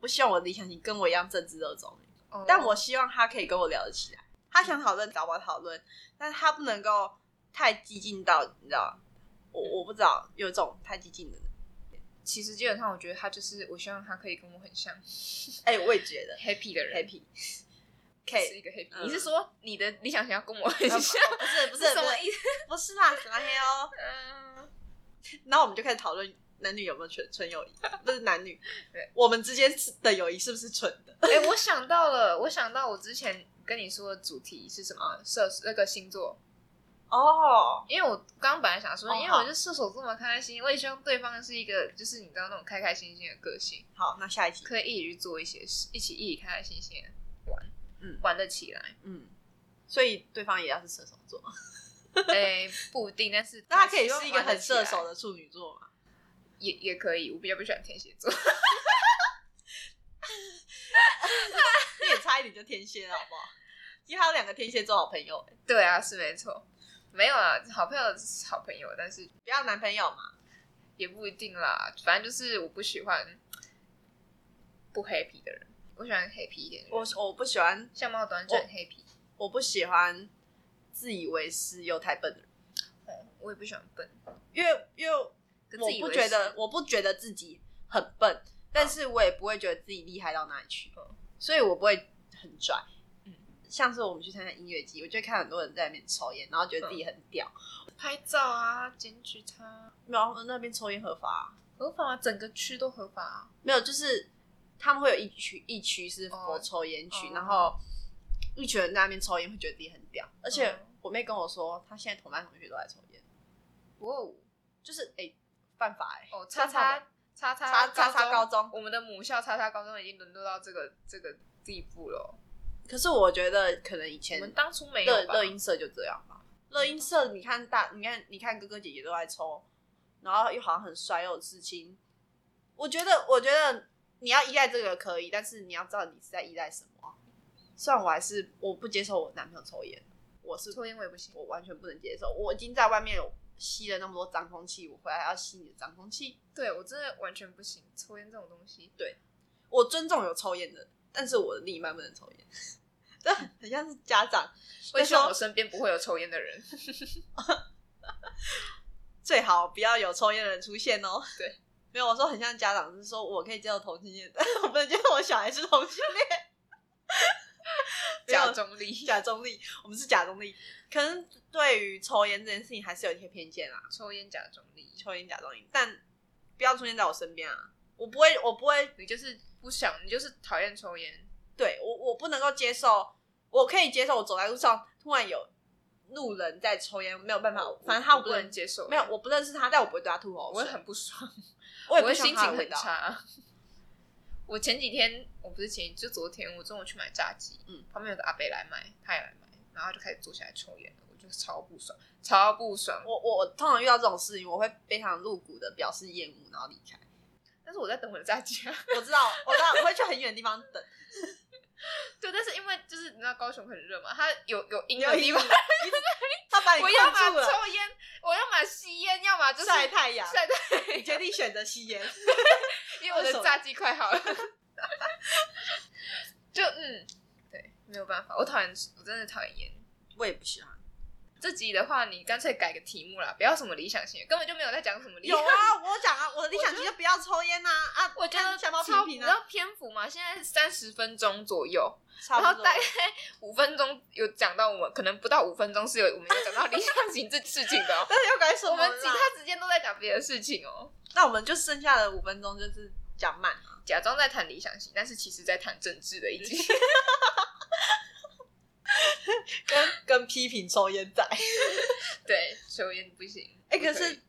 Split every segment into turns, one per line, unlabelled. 不希望我的理想型跟我一样政治热衷，
哦
但我希望他可以跟我聊得起来。他想讨论，找我讨论，但他不能够太激进到，你知道，我我不知道有一种太激进的人。
其实基本上我觉得他就是，我希望他可以跟我很 像
哎、我也觉得
happy 的人
happy。
是
K，
一个 happy、
嗯
你是说你的理想型要跟我很
不
像？
是 不是不 是
什么意思？
不是啦，什么黑哦。
嗯，
然后我们就开始讨论男女有没有纯纯友谊，不是男女
对，
我们之间的友谊是不是纯的？
哎、我想到了，我想到我之前跟你说的主题是什么？射那个星座，
哦，
因为我刚刚本来想说，
哦
因为
好
我就射手座嘛，开开心心，我也希望对方是一个就是你知道那种开开心心的个性，
好，那下一题，
可以一起去做一些事，一起一起开开心心地玩，
嗯
玩得起来。
嗯，所以对方也要是射手座，
哎、不一定，但是
那他可以是一个很射
射
手
的，
的处女座嘛？
也也可以。我比较不喜欢天蝎座，
你也差一点就天蝎了，好不好？因为他有两个天蝎座好朋友、欸
对啊，是没错。没有啊，好朋友是好朋友，但是
不要男朋友嘛？
也不一定啦。反正就是我不喜欢不 happy 的人，我喜欢 happy 一点的人。
我我不喜欢，
相貌端正 happy，
我不喜欢自以为是又太笨的人，
嗯我也不喜欢笨，
因为因为
跟自
我
己
不觉得，我不觉得自己很笨，但是我也不会觉得自己厉害到哪里去，所以我不会很拽。
嗯
像是我们去参加音乐季，我就会看很多人在那边抽烟，然后觉得自己很屌。
拍照啊，检举他
然后那边抽烟合法啊、
合法啊，整个区都合法啊。
没有，就是他们会有一区一区是佛抽烟区，
哦
然后一群人在那边抽烟，会觉得自己很屌。而且
嗯
我妹跟我说，她现在同班同学都在抽烟，
哇哦，
就是哎、诶犯法哎、
哦，叉
差
叉叉
叉叉
叉
叉高中。
中，我们的母校叉叉高中已经沦落到这个这个地步了哦。
可是我觉得可能以
我
前
们当初没
乐
有吧
乐？音社就这样吧。乐音社，你看大，你看你看哥哥姐姐都在抽，然后又好像很帅又有刺青。我觉得，我觉得你要依赖这个可以，但是你要知道你是在依赖什么啊。虽然我还是我不接受我男朋友抽烟，我是
抽烟我也不行，
我完全不能接受。我已经在外面有吸了那么多脏空气，我回来还要吸你的脏空气。
对我真的完全不行，抽烟这种东西。
我尊重有抽烟的，但是我的另一半不能抽烟。 这很像是家长
我也希望
说
我身边不会有抽烟的人。
最好不要有抽烟的人出现哦。
对，
没有，我说很像家长，是说我可以接受同性恋，但 我不能接受我小孩是同性恋。没有
假中立，
假中立，我们是假中立。可能对于抽烟这件事情还是有一些偏见啊，
抽烟假中立，
抽烟假中立，但不要出现在我身边啊。我不会，我不会，
你就是不想，你就是讨厌抽烟。
对我我不能够接受，我可以接受我走在路上突然有路人在抽烟，没有办法，反正他
我不能
闻，
接受，
没有，我不认识他，但我不会对他吐口
我
水，
会很不爽，
我也不
我会
喜欢
心
他
情
的味
很
道。
差。 我前几天，我不是前就昨天，我中午去买炸鸡，
嗯，
旁边有个阿伯来买，他也来买，然后他就开始坐下来抽烟了，我就超不爽，超不爽。
我我我通常遇到这种事情，我会非常露骨的表示厌恶，然后离开。
但是我在等我的炸鸡啊，
我知道，我知道，我会去很远的地方等。
对，但是因为就是你知道高雄很热嘛，它有有阴
有
的地方，
一直 他把你
我
困
要么
住了，
抽烟，我要么吸烟，要么就是
晒太阳。
晒
你
太
决
阳，
定选择吸烟，
因为我的炸鸡快好了。就嗯，对，没有办法，我讨厌，我真的讨厌烟。
我也不喜欢。
这集的话，你干脆改个题目啦，不要什么理想型，根本就没有在讲什么理
有
想。
啊，我讲啊，我的理想型就不要抽烟呐啊！
我觉得
看小猫
超，
平
你
平
知
啊，
道篇幅嘛？现在三十分钟左右，
差
然
不
后
多
大概五分钟有讲到我们，可能不到五分钟是有我们有讲到理想型这事情的哦。
但是 要 改什
我
么啦？
们其他时间都在讲别的事情哦，
那我们就剩下的五分钟就是讲慢啊。
假装在谈理想型，但是其实在谈政治的 一集。
跟跟批评抽烟仔。
对，抽烟不行。
哎，
不
可
以
是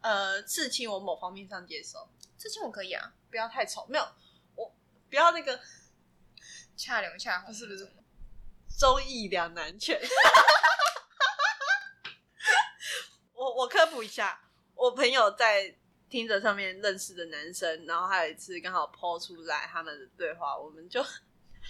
呃，刺青我某方面上接受，
这期我可以啊，
不要太丑，没有我不要那个
恰凉恰红
不哦是不是
那种
周易两难全。 我我科普一下，我朋友在听着上面认识的男生，然后还有一次刚好抛出来他们的对话，我们就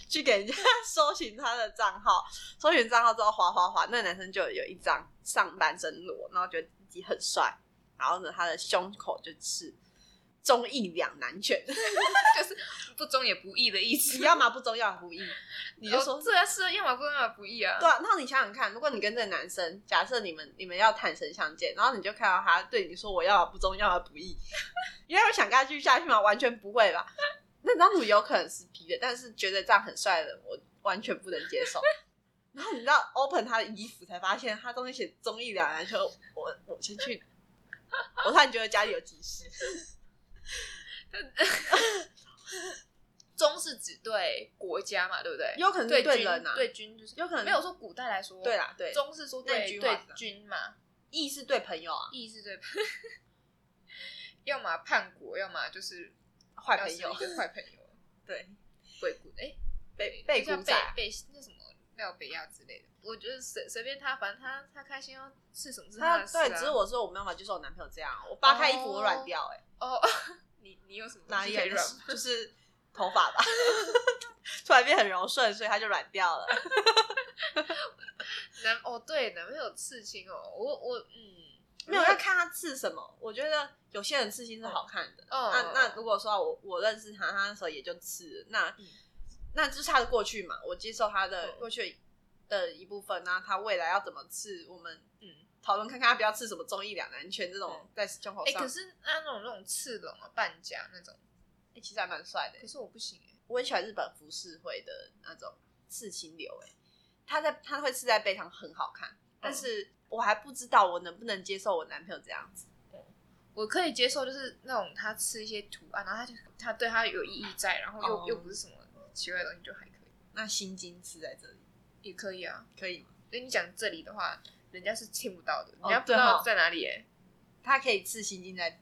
去给人家搜寻他的账号，搜寻账号之后划划划，那个男生就有一张上半身裸，然后觉得自己很帅，然后呢他的胸口就是中意两难全，
就是不忠也不义的意思。
你要么不忠，要么不义，你就说
哦、这是要么不忠，要么不义啊。
对啊，然后你想想看，如果你跟这个男生，假设你们你们要坦诚相见，然后你就看到他对你说我要么不忠，要么不义，你还会想跟他继续下去吗？完全不会吧。那张图有可能是 P 的，但是觉得这样很帅的，我完全不能接受。然后你知道 open 他的衣服，才发现他中间写“综艺两难”，说我我先去，我突然觉得家里有急事。
忠是指对国家嘛，对不对？
有可能是
对
对
军
人啊
对军就是
有可能
没有说古代来说，
对啦，对，
忠是说
那
对
句话
对
是啊
军嘛，
义是对朋友啊，
义是对， 要么叛国，要么就是
坏朋
要
友
是一，个坏朋友，
对，
被古哎
被被啊
就像
鼓掌。
被那什么廖北亚之类的，我觉得随随便他，反正他他开心要是什么是
他
的事啊。
对，只是我说我没办法接受我男朋友这样，我扒开衣服我软掉、欸，哎、
哦， 你你有什么东
哪
西
里
可以
来的
软 吗？
就是头发吧， 突然变很柔顺，所以他就软掉了。
男哦对，男朋友刺青哦，我我嗯
没有要看他刺什么，我觉得有些人刺青是好看的。
哦
那那如果说我我认识他，他那时候也就刺了，那、
嗯
那就是他的过去嘛，我接受他的
嗯
过去的一部分，那他未来要怎么刺，我们
嗯。
讨论看看他不要刺什么中意两男拳这种在胸口
哎、
上，
可是那种那种刺龙啊、半甲那种，
欸其实还蛮帅的欸、
可是我不行哎、
我很喜欢日本浮世绘的那种刺青流、欸，哎，他在他会刺在背上很好看，
嗯
但是我还不知道我能不能接受我男朋友这样子。
我可以接受，就是那种他刺一些图啊案，然后他就他对他有意义在，然后又、
哦
又不是什么奇怪的东西，就还可以，
那心经刺在这里
也可以啊。
可以吗？
所以你讲这里的话，人家是听不到的，
哦
人家不知
对
道
哦
在哪里哎、
他可以刺心经在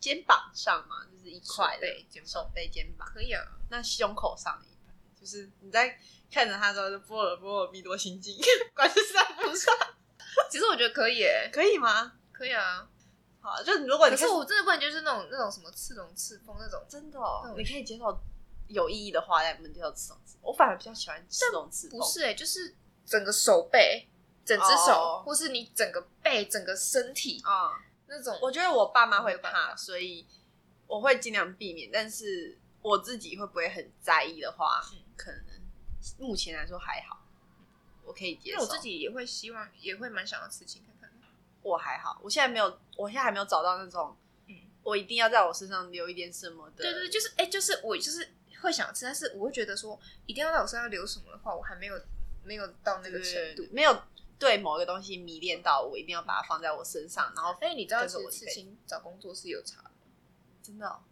肩膀上嘛，就是一块的
对，肩膀
手背肩膀，
可以啊，
那胸口上一块，就是你在看着他的时候就波尔波尔蜜多心经， 管是上不上
其实我觉得可以哎、
可以吗？
可以啊。
好，就是如果你
可是
看
我真的不能哦就是那种那种什么刺龙刺凤那种，
真的、哦
嗯，
你可以接受有意义的花在你们接受刺种刺，我反而比较喜欢刺种刺
不是哎、就是整个手背、整只手
哦
或是你整个背、整个身体
啊、
那种，
我觉得我爸妈会
没有办
怕，
法
所以我会尽量避免。但是我自己会不会很在意的话，
嗯
可能目前来说还好，我可以接
因
受。
为我自己也会希望，也会蛮想要刺青看看。
我还好，我现在没有，我现在还没有找到那种，
嗯
我一定要在我身上留一点什么的。
对对，对，就是哎、就是我就是会想吃，但是我会觉得说，一定要在我身上留什么的话，我还没有没有到那
对
个
对
程
对
度
对。没有对某一个东西迷恋到，我一定要把它放在我身上，然后
哎、你知道，
跟
其
着
实
我一
刺
辈子
青找工作是有差的，
真的哦、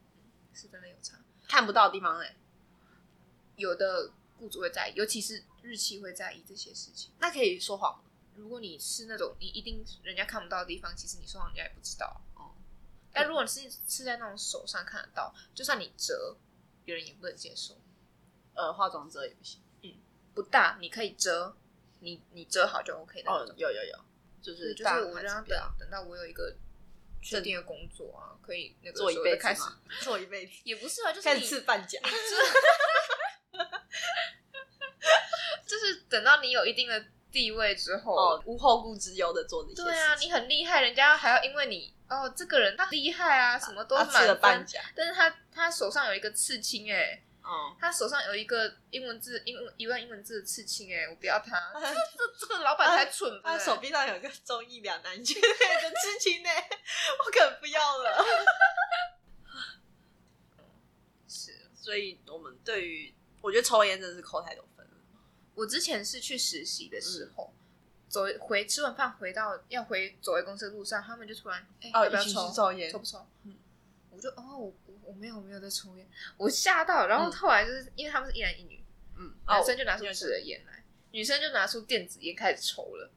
是真的有差。
看不到的地方哎、
有的雇主会在意，尤其是日期会在意这些事情。
那可以说谎吗
如果你是那种你一定人家看不到的地方，其实你说谎人家也不知道。
哦。
但如果你是是在那种手上看得到，就算你折，别人也不能接受。
呃，化妆遮也不行。
不大，你可以折，你你折好就 OK 的那
哦
种。，
有有有，就
对
是
就
大
是
人
我
还
让他
不要
等等到我有一个确定的工作啊，可以那个
做一
时候
辈
就
子
开始，
嘛， 做一辈子，
也不是啊， 就是
开
你
始吃半甲。
就是等到你有一定的地位之后，
哦，无后顾之忧的做这些事情。
对啊，你很厉害，人家还要因为你哦这个人他厉害啊，什么都
他
满
吃了
分，
半甲，
但是他他手上有一个刺青哎、
哦，
他手上有一个英文字英文一万英文字的刺青哎、我不要他，
他
这这个老板才蠢吧、
他啊手臂上有个中意两男圈的刺青呢，我可不要了。
是。
所以我们对于，我觉得抽烟真的是扣太多分了。
我之前是去实习的时候，走回吃完饭回到要回走回公司的路上，他们就突然哎、
哦
要不要
一群
抽
去抽烟
抽不抽？
嗯
我就哦我我我没有我没有在抽烟，我吓到，然后
嗯
后来就是、因为他们是一男一女，
嗯，
男生就拿出欸
女
纸的烟来，女生就拿出电子烟开始抽了，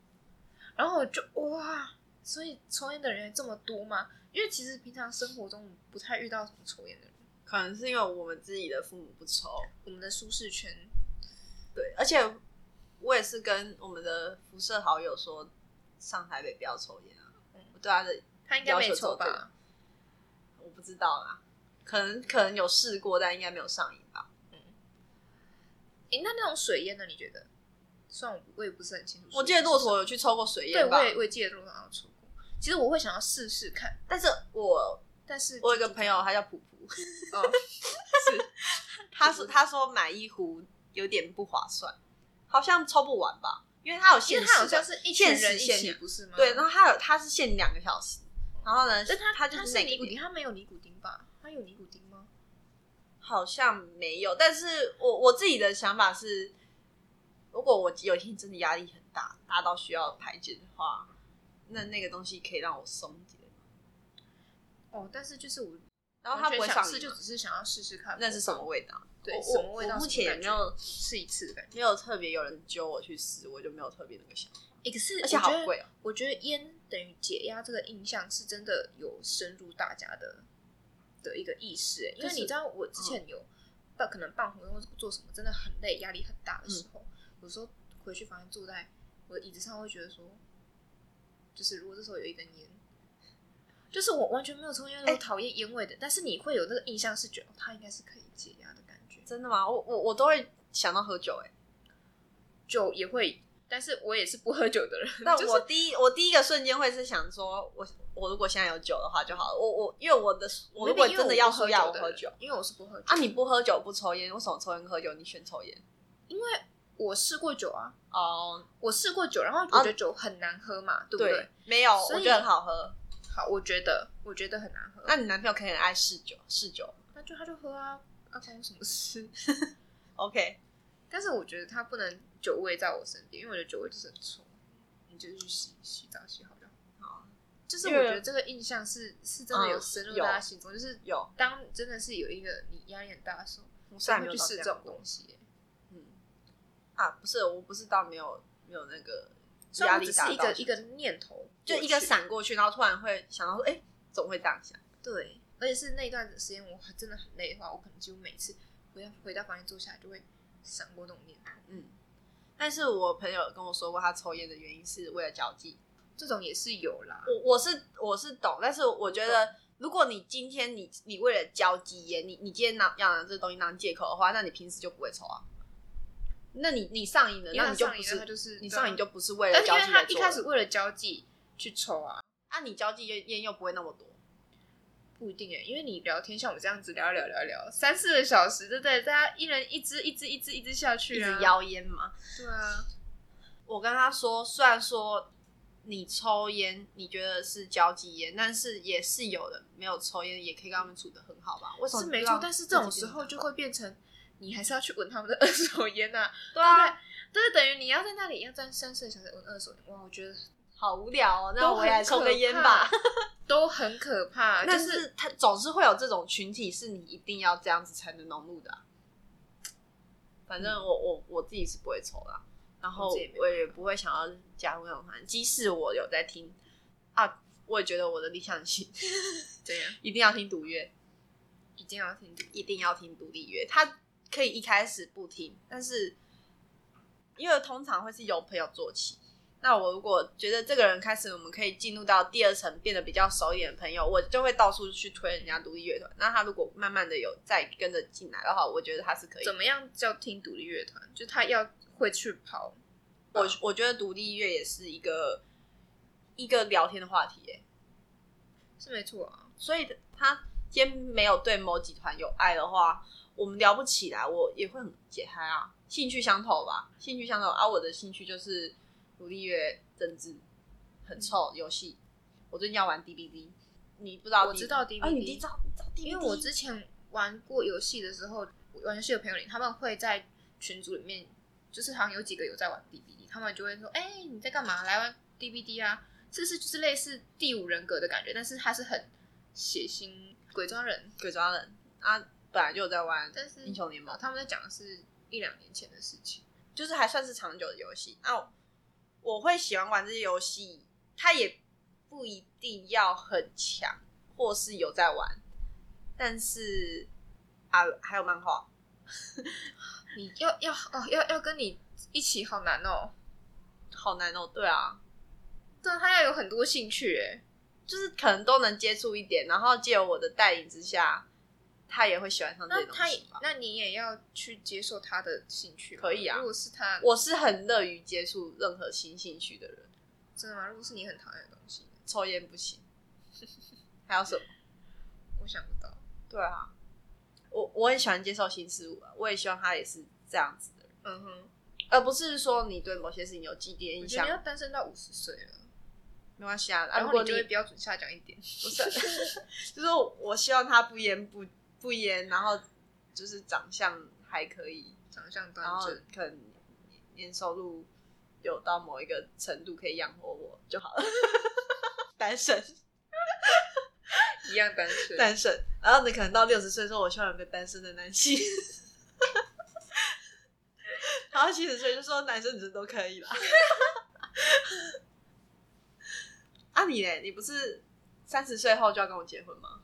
然后我就哇，所以抽烟的人这么多吗？因为其实平常生活中不太遇到什么抽烟的人，
可能是因为我们自己的父母不抽，
我们的舒适圈
对，而且我也是跟我们的辐射好友说，上台北不要抽烟啊
嗯。
我对他的
他应该没
要求
抽
抽对
吧？
我不知道啦，可能可能有试过，但应该没有上瘾吧。
诶、那那种水烟呢？你觉得？算我我也不是很清楚。
我记得骆，驼有去抽过水
对，
烟吧
我，也我也记得骆驼好像抽过。其实我会想要试试看，
但是我
但是
我有一个朋友，他叫普普，
哦， 是，
他说他说买一壶有点不划算，好像抽不完吧，因为他有
因
限
为
时的，
他好像是一群人一
限时
起，
限
不是吗？
对，然后他有他是限两个小时，然后呢，
但他
他
他
就是每
尼古
个
丁，他没有尼古丁吧？他有尼古丁吗？
好像没有，但是我我自己的想法是，如果我有一天真的压力很大，大到需要排解的话，那那个东西可以让我松一点，
哦，但是就是我，
然后它不会上
想试，
瘾
就
嘛，
只是想要试试看
那是什么？味道？
对，
我
什么味
我
道？
我目
什么
前也
感
没
觉
有
试一次的感觉。
没有特别有人揪我去试，我就没有特别那个想法，
欸可是
而且
我觉
好
得
贵哦、
我觉得烟等于解压这个印象是真的有深入大家的的一个意识、欸，因为
就是嗯
你知道我之前有办、可能办活动或是做什么真的很累、压力很大
嗯
的时候，有时候回去房间坐在我的椅子上，会觉得说，就是如果这时候有一根烟。就是我完全没有抽烟，我
欸
讨厌烟味的。但是你会有那个印象，是觉得哦它应该是可以解压的感觉。
真的吗？我我我都会想到喝酒、欸，哎，
酒也会，但是我也是不喝酒的人。
但
就是
我第一我第一个瞬间会是想说，我我如果现在有酒的话就好了。我我因为我的我如果
Maybe 因为
真的要
不喝
输压，我
的
喝
人
酒，
因为我是不喝酒
啊。你不喝酒不抽烟，为什么抽烟喝酒？你选抽烟
我试过酒啊，
哦
我试过酒，然后我觉得酒很难喝嘛，对不对？
啊对，没有，
所
我
以
觉得很好喝。
好，我觉得我觉得很难喝，
那你男朋友可以很爱试酒，试酒
那就他就喝啊，啊关我什么事？
OK，
但是我觉得他不能酒味在我身边，因为我觉得酒味就是很臭，你就是去洗洗澡洗好就好。就是我
啊因为
觉得这个印象是是真的有深
嗯
入
有
大家心中，就是
有，
当真的是有一个你压力很大的时候，
我虽
才
然没
会
有
去
到
试这
样
种东西耶、
嗯啊，不是，我不是到没有没有那个
虽
压
然我
力
只
大
是一个
到
一个念头过去，
就一个闪过去，然后突然会想到说，哎，怎么会这样想？
对，而且是那一段时间我真的很累的话，我可能几乎每次回到回到房间坐下来就会闪过那种念头，
嗯，但是我朋友跟我说过，他抽烟的原因是为了交际。
这种也是有啦。
我我是我是懂，但是我觉得，如果你今天你你为了交际烟，你你今天拿要拿这东西当借口的话，那你平时就不会抽啊。那你你上瘾了，
因
那
为他
你就
上
不
瘾了，他
是
就是
你
对啊
上瘾就不是为了
但是因
交
为
际
他
来
一
做
开
的
始为了交际去抽啊，
啊，你交际烟烟又不会那么多，
不一定哎、因为你聊天像我们这样子聊一聊聊一聊三四个小时，对不对？大家一人一支一支一支一支下
一
去啊，
直妖烟嘛。
对啊，
我跟他说，虽然说你抽烟，你觉得是交际烟，但是也是有人没有抽烟，也可以跟他们处的很好吧？为什么
是没
不
错
让，
但是
自己
这种
变
时
得
候就会变成你还是要去闻他们的二手烟呐、啊，
对啊，
就是等于你要在那里要站三四个小时闻二手烟，哇，我觉得
好无聊哦，那
都
我
很
也来抽
可
根烟
怕
吧。
都很可怕。
但
就是
是他总是会有这种群体，是你一定要这样子才能融入的啊、反正我我我自己是不会抽啦，然后
我自己也没
嗯
有
我也不会想要加入那种团。即使我有在听啊，我也觉得我的理想型
怎样，
一定要听独乐，
一定要听。
一定要听独立乐。他可以一开始不听，但是因为通常会是由朋友做起。那我如果觉得这个人开始，我们可以进入到第二层，变得比较熟一点的朋友，我就会到处去推人家独立乐团。那他如果慢慢的有再跟着进来的话，我觉得他是可以
怎。么样叫听独立乐团？就他要会去跑，
我我觉得独立乐也是一个一个聊天的话题耶、
是没错啊。
所以他今天没有对某几团有爱的话，我们聊不起来，我也会很解嗨啊。兴趣相投吧，兴趣相投啊。我的兴趣就是独立乐、政治，很臭游戏。我最近要玩 DBD，你不知道 DBD？
我知道
啊，你
DVD
知道知道 DBD？
因为我之前玩过游戏的时候，玩游戏的朋友里，他们会在群组里面，就是好像有几个有在玩 DVD，他们就会说：“哎、你在干嘛？来玩 DVD 啊！”这是就是类似第五人格的感觉，但是他是很血腥鬼抓人，
鬼抓人啊，本来就有在玩，
但是哦
英雄联盟
他们在讲的是一两年前的事情。
就是还算是长久的游戏。那我我会喜欢玩这些游戏，它也不一定要很强，或是有在玩，但是啊，还有漫画，
你要要哦，要要跟你一起，好难哦。
好难哦。对啊，
对，他要有很多兴趣哎。
就是可能都能接触一点，然后借由我的带领之下，他也会喜欢上这
那
些东
他也
西吧。
那你也要去接受他的兴趣吗，
可以啊
如果是他，
我是很乐于接触任何新兴趣的人，
真的吗？如果是你很讨厌的东西，
抽 烟不行，还有什么？
我想不到。
对啊，我我很喜欢接受新事物啊，我也希望他也是这样子的人，
嗯哼，
而不是说你对某些事情有既定
我
印
觉得
象
你，要单身到五十岁了，
没关系啊。啊
然
如
后
果
你
你
就会标准下降一点。
不是， 就是我希望他不烟不不烟，然后就是长相还可以，
长相端
然后
正，
可能年收入有到某一个程度可以养活我就好了。 单身，
一样单身。
单身，然后你可能到六十岁的时候，我希望有个单身的男性。 然后七十岁就说男生女生都可以啦。 啊你嘞，你不是三十岁后就要跟我结婚吗？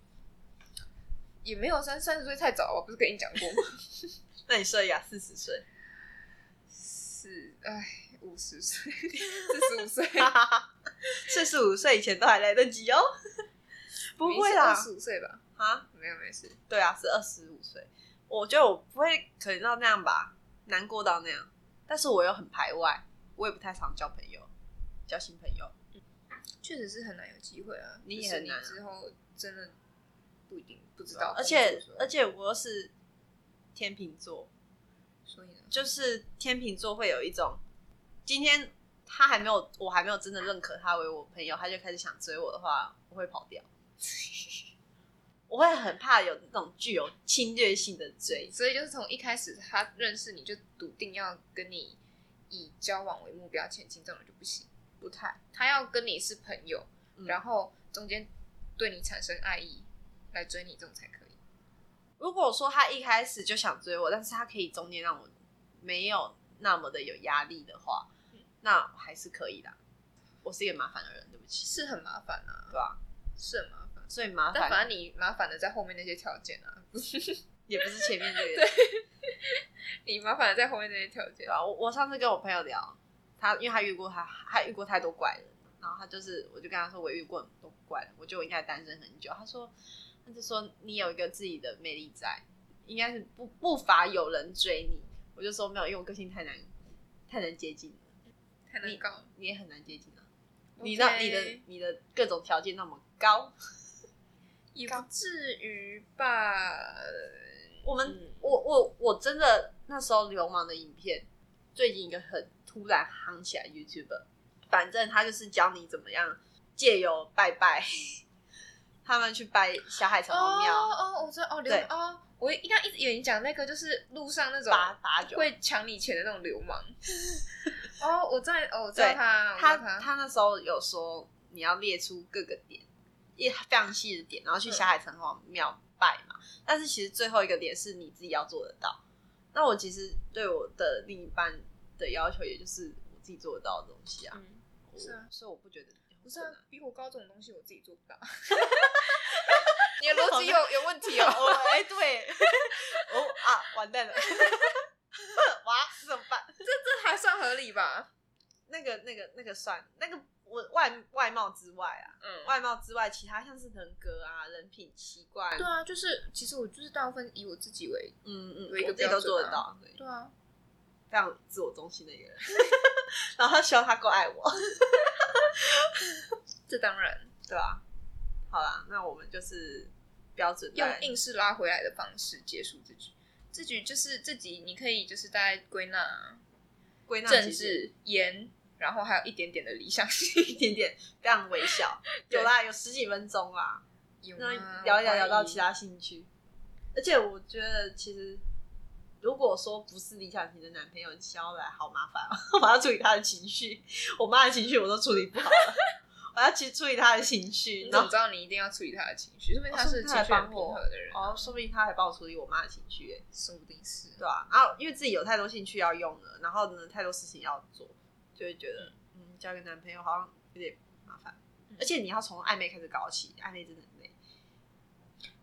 也没有三三十岁太早，我不是跟你讲过 吗？
那你设雅四十岁，
是，哎，五十岁，四十五岁，
四十五岁以前都还来得 及哦。 不会啦
二，十五岁吧？
啊，
没有没事，
对啊，是二十五岁。我觉得我不会可怜到那样吧，难过到那样，但是我又很排外，我也不太常交朋友，交新朋友。
确实是很难有机会啊。
你也
就是
很难啊
之后真的不一定不知道，
而且而
且，
且我又是天秤座，
所以呢，
就是天秤座会有一种，今天他还没有，我还没有真的认可他为我朋友，他就开始想追我的话，我会跑掉。 我会很怕有那种具有侵略性的追，
所以就是从一开始他认识你就笃定要跟你以交往为目标前进，这种人就不行。
不太。
他要跟你是朋友，
嗯
然后中间对你产生爱意来追你，这种才可以。
如果说他一开始就想追我，但是他可以中间让我没有那么的有压力的话，
嗯
那还是可以的。我是一个麻烦的人，对不起，
是很麻烦啊，
对吧、
是很麻烦。
所以麻
但
烦啊
反正你麻烦的在后面那些条件啊，不是
也不是前面 这个，
你麻烦的在后面那些条件
对。吧、啊我我上次跟我朋友聊，他因为他遇过他他遇过太多怪人，然后他就是我就跟他说我遇过很多怪人，我觉得我应该单身很久。他说他就说你有一个自己的魅力在，应该是不不乏有人追你。我就说没有，因为我个性太难太难接近了。
太难搞了。
你也很难接近啊。你那你
OK
的你的各种条件那么高，
也不至于吧？
我们、
嗯
我我我真的那时候流氓的影片，最近一个很突然夯起来 YouTube，反正他就是教你怎么样借由拜拜， 他们去拜小海城隍
哦
庙，
哦，我知道哦，流
对
哦，我一刚一直以为你讲那个就是路上那种
八八九。
会抢你钱的那种流氓。 哦，我知道，哦，我知道
对
他，我知
他
道他，
他那时候有说你要列出各个点，一非常细的点，然后
嗯
去小海城隍庙拜嘛。但是其实最后一个点是你自己要做得到。那我其实对我的另一半的要求，也就是我自己做得到的东西啊。
嗯，
我
是啊
所以我不觉得
不
不
是啊，比我高这种东西我自己做不 到。你的逻辑有有问题 哦。
我 哎、对，哦啊，完蛋了， 哇，怎么办？
这还算合理吧？
那个那个那个算那个我外外貌之外啊，
嗯，
外貌之外，其他像是人格啊、人品、习惯、
对啊，就是其实我就是大部分以我自己为，
嗯嗯，
有一个
我自己
标
都
准
做得
啊
到，对，
对啊，
非常自我中心的一个人。 然后他希望他够爱我，
这当然
对啊？好啦，那我们就是标准
用
在
硬是拉回来的方式结束这局。这局就是这集，你可以就是大概归纳啊
归纳
政
其实
治、言，然后还有一点点的理想
一
性。
点点，非常微 小。
对
有啦，有十几分钟啦，
有
那
吗
聊一聊聊到其，
怀
他兴趣。而且我觉得其实。如果说不是理想型的男朋友，想要来好麻烦啊！ 我要处理他的情绪，我妈的情绪我都处理不好了，我要去处理他的情
疑
绪，
你
然
怎
后
么知道你一定要处理他的情绪？说明
哦
他
说
是
明
情
他来
绪
帮
很平
我
和的人啊，
哦，说不定他还帮我处理我妈的情绪、欸，
说不定是
对啊，然后因为自己有太多兴趣要用了，然后呢太多事情要做，就会觉得嗯，交个男朋友好像有点麻烦，
嗯
而且你要从暧昧开始搞起，暧昧真的很累。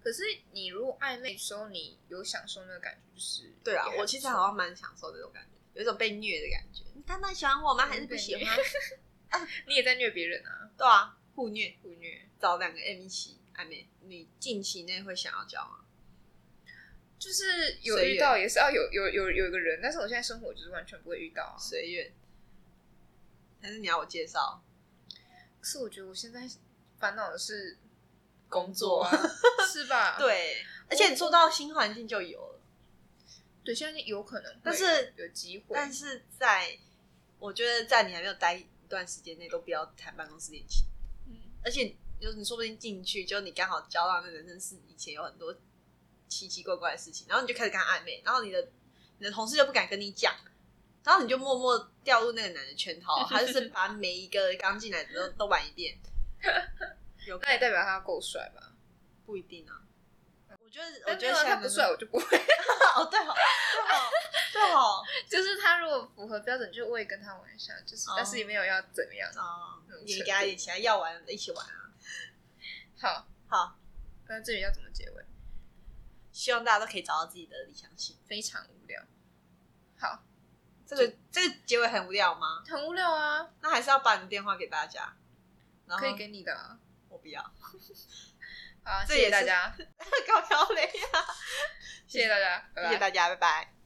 可是你如果暧昧的时候，你有享受那个感觉，就是
对啊
也还，
我其实
不错
好像蛮享受这种感觉，有一种被虐的感觉。你单单喜欢我吗？还是不喜 欢？
你也在虐别人啊，
对啊，互虐，
不虐
找两个 M 一起暧昧，你近期内会想要交吗？
就是有
随
遇
缘
到也是要有有有有一个人，但是我现在生活就是完全不会遇到啊。
随缘，还是你要我介绍？
可是我觉得我现在烦恼的是
工作
啊，是吧？。
对，而且你做到新环境就有了。
对，现在有可能会，
但是
有机会，
但是在我觉得在你还没有待一段时间内，都不要谈办公室恋情。
嗯，
而且就是你说不定进去，就你刚好交到那个人生是以前有很多奇奇怪怪的事情，然后你就开始跟他暧昧，然后你的你的同事就不敢跟你讲，然后你就默默掉入那个男的圈套，他就是把每一个刚进来的都都玩一遍，有可
那也
能
代表他够帅吧？
不一定啊。我觉得，我
但
觉得
如果
现在
他不帅，我就不会。
哦，对哦，对哦，对哦，
就是他如果符合标准，就我也跟他玩一下，就是、
哦
但是也没有要怎么样。
啊
嗯，
也给他一起来，要玩一起玩啊。
好，
好，
那这里要怎么结尾？
希望大家都可以找到自己的理想型。
非常无聊。好，
这个这个结尾很无聊吗？
很无聊啊，
那还是要把你的电话给大家，然后
可以给你的、啊。
我不要，
好，
哦这
谢谢
也
大
是
家，
高高雷呀、
谢谢大家，拜
谢
拜
谢。大家，拜拜。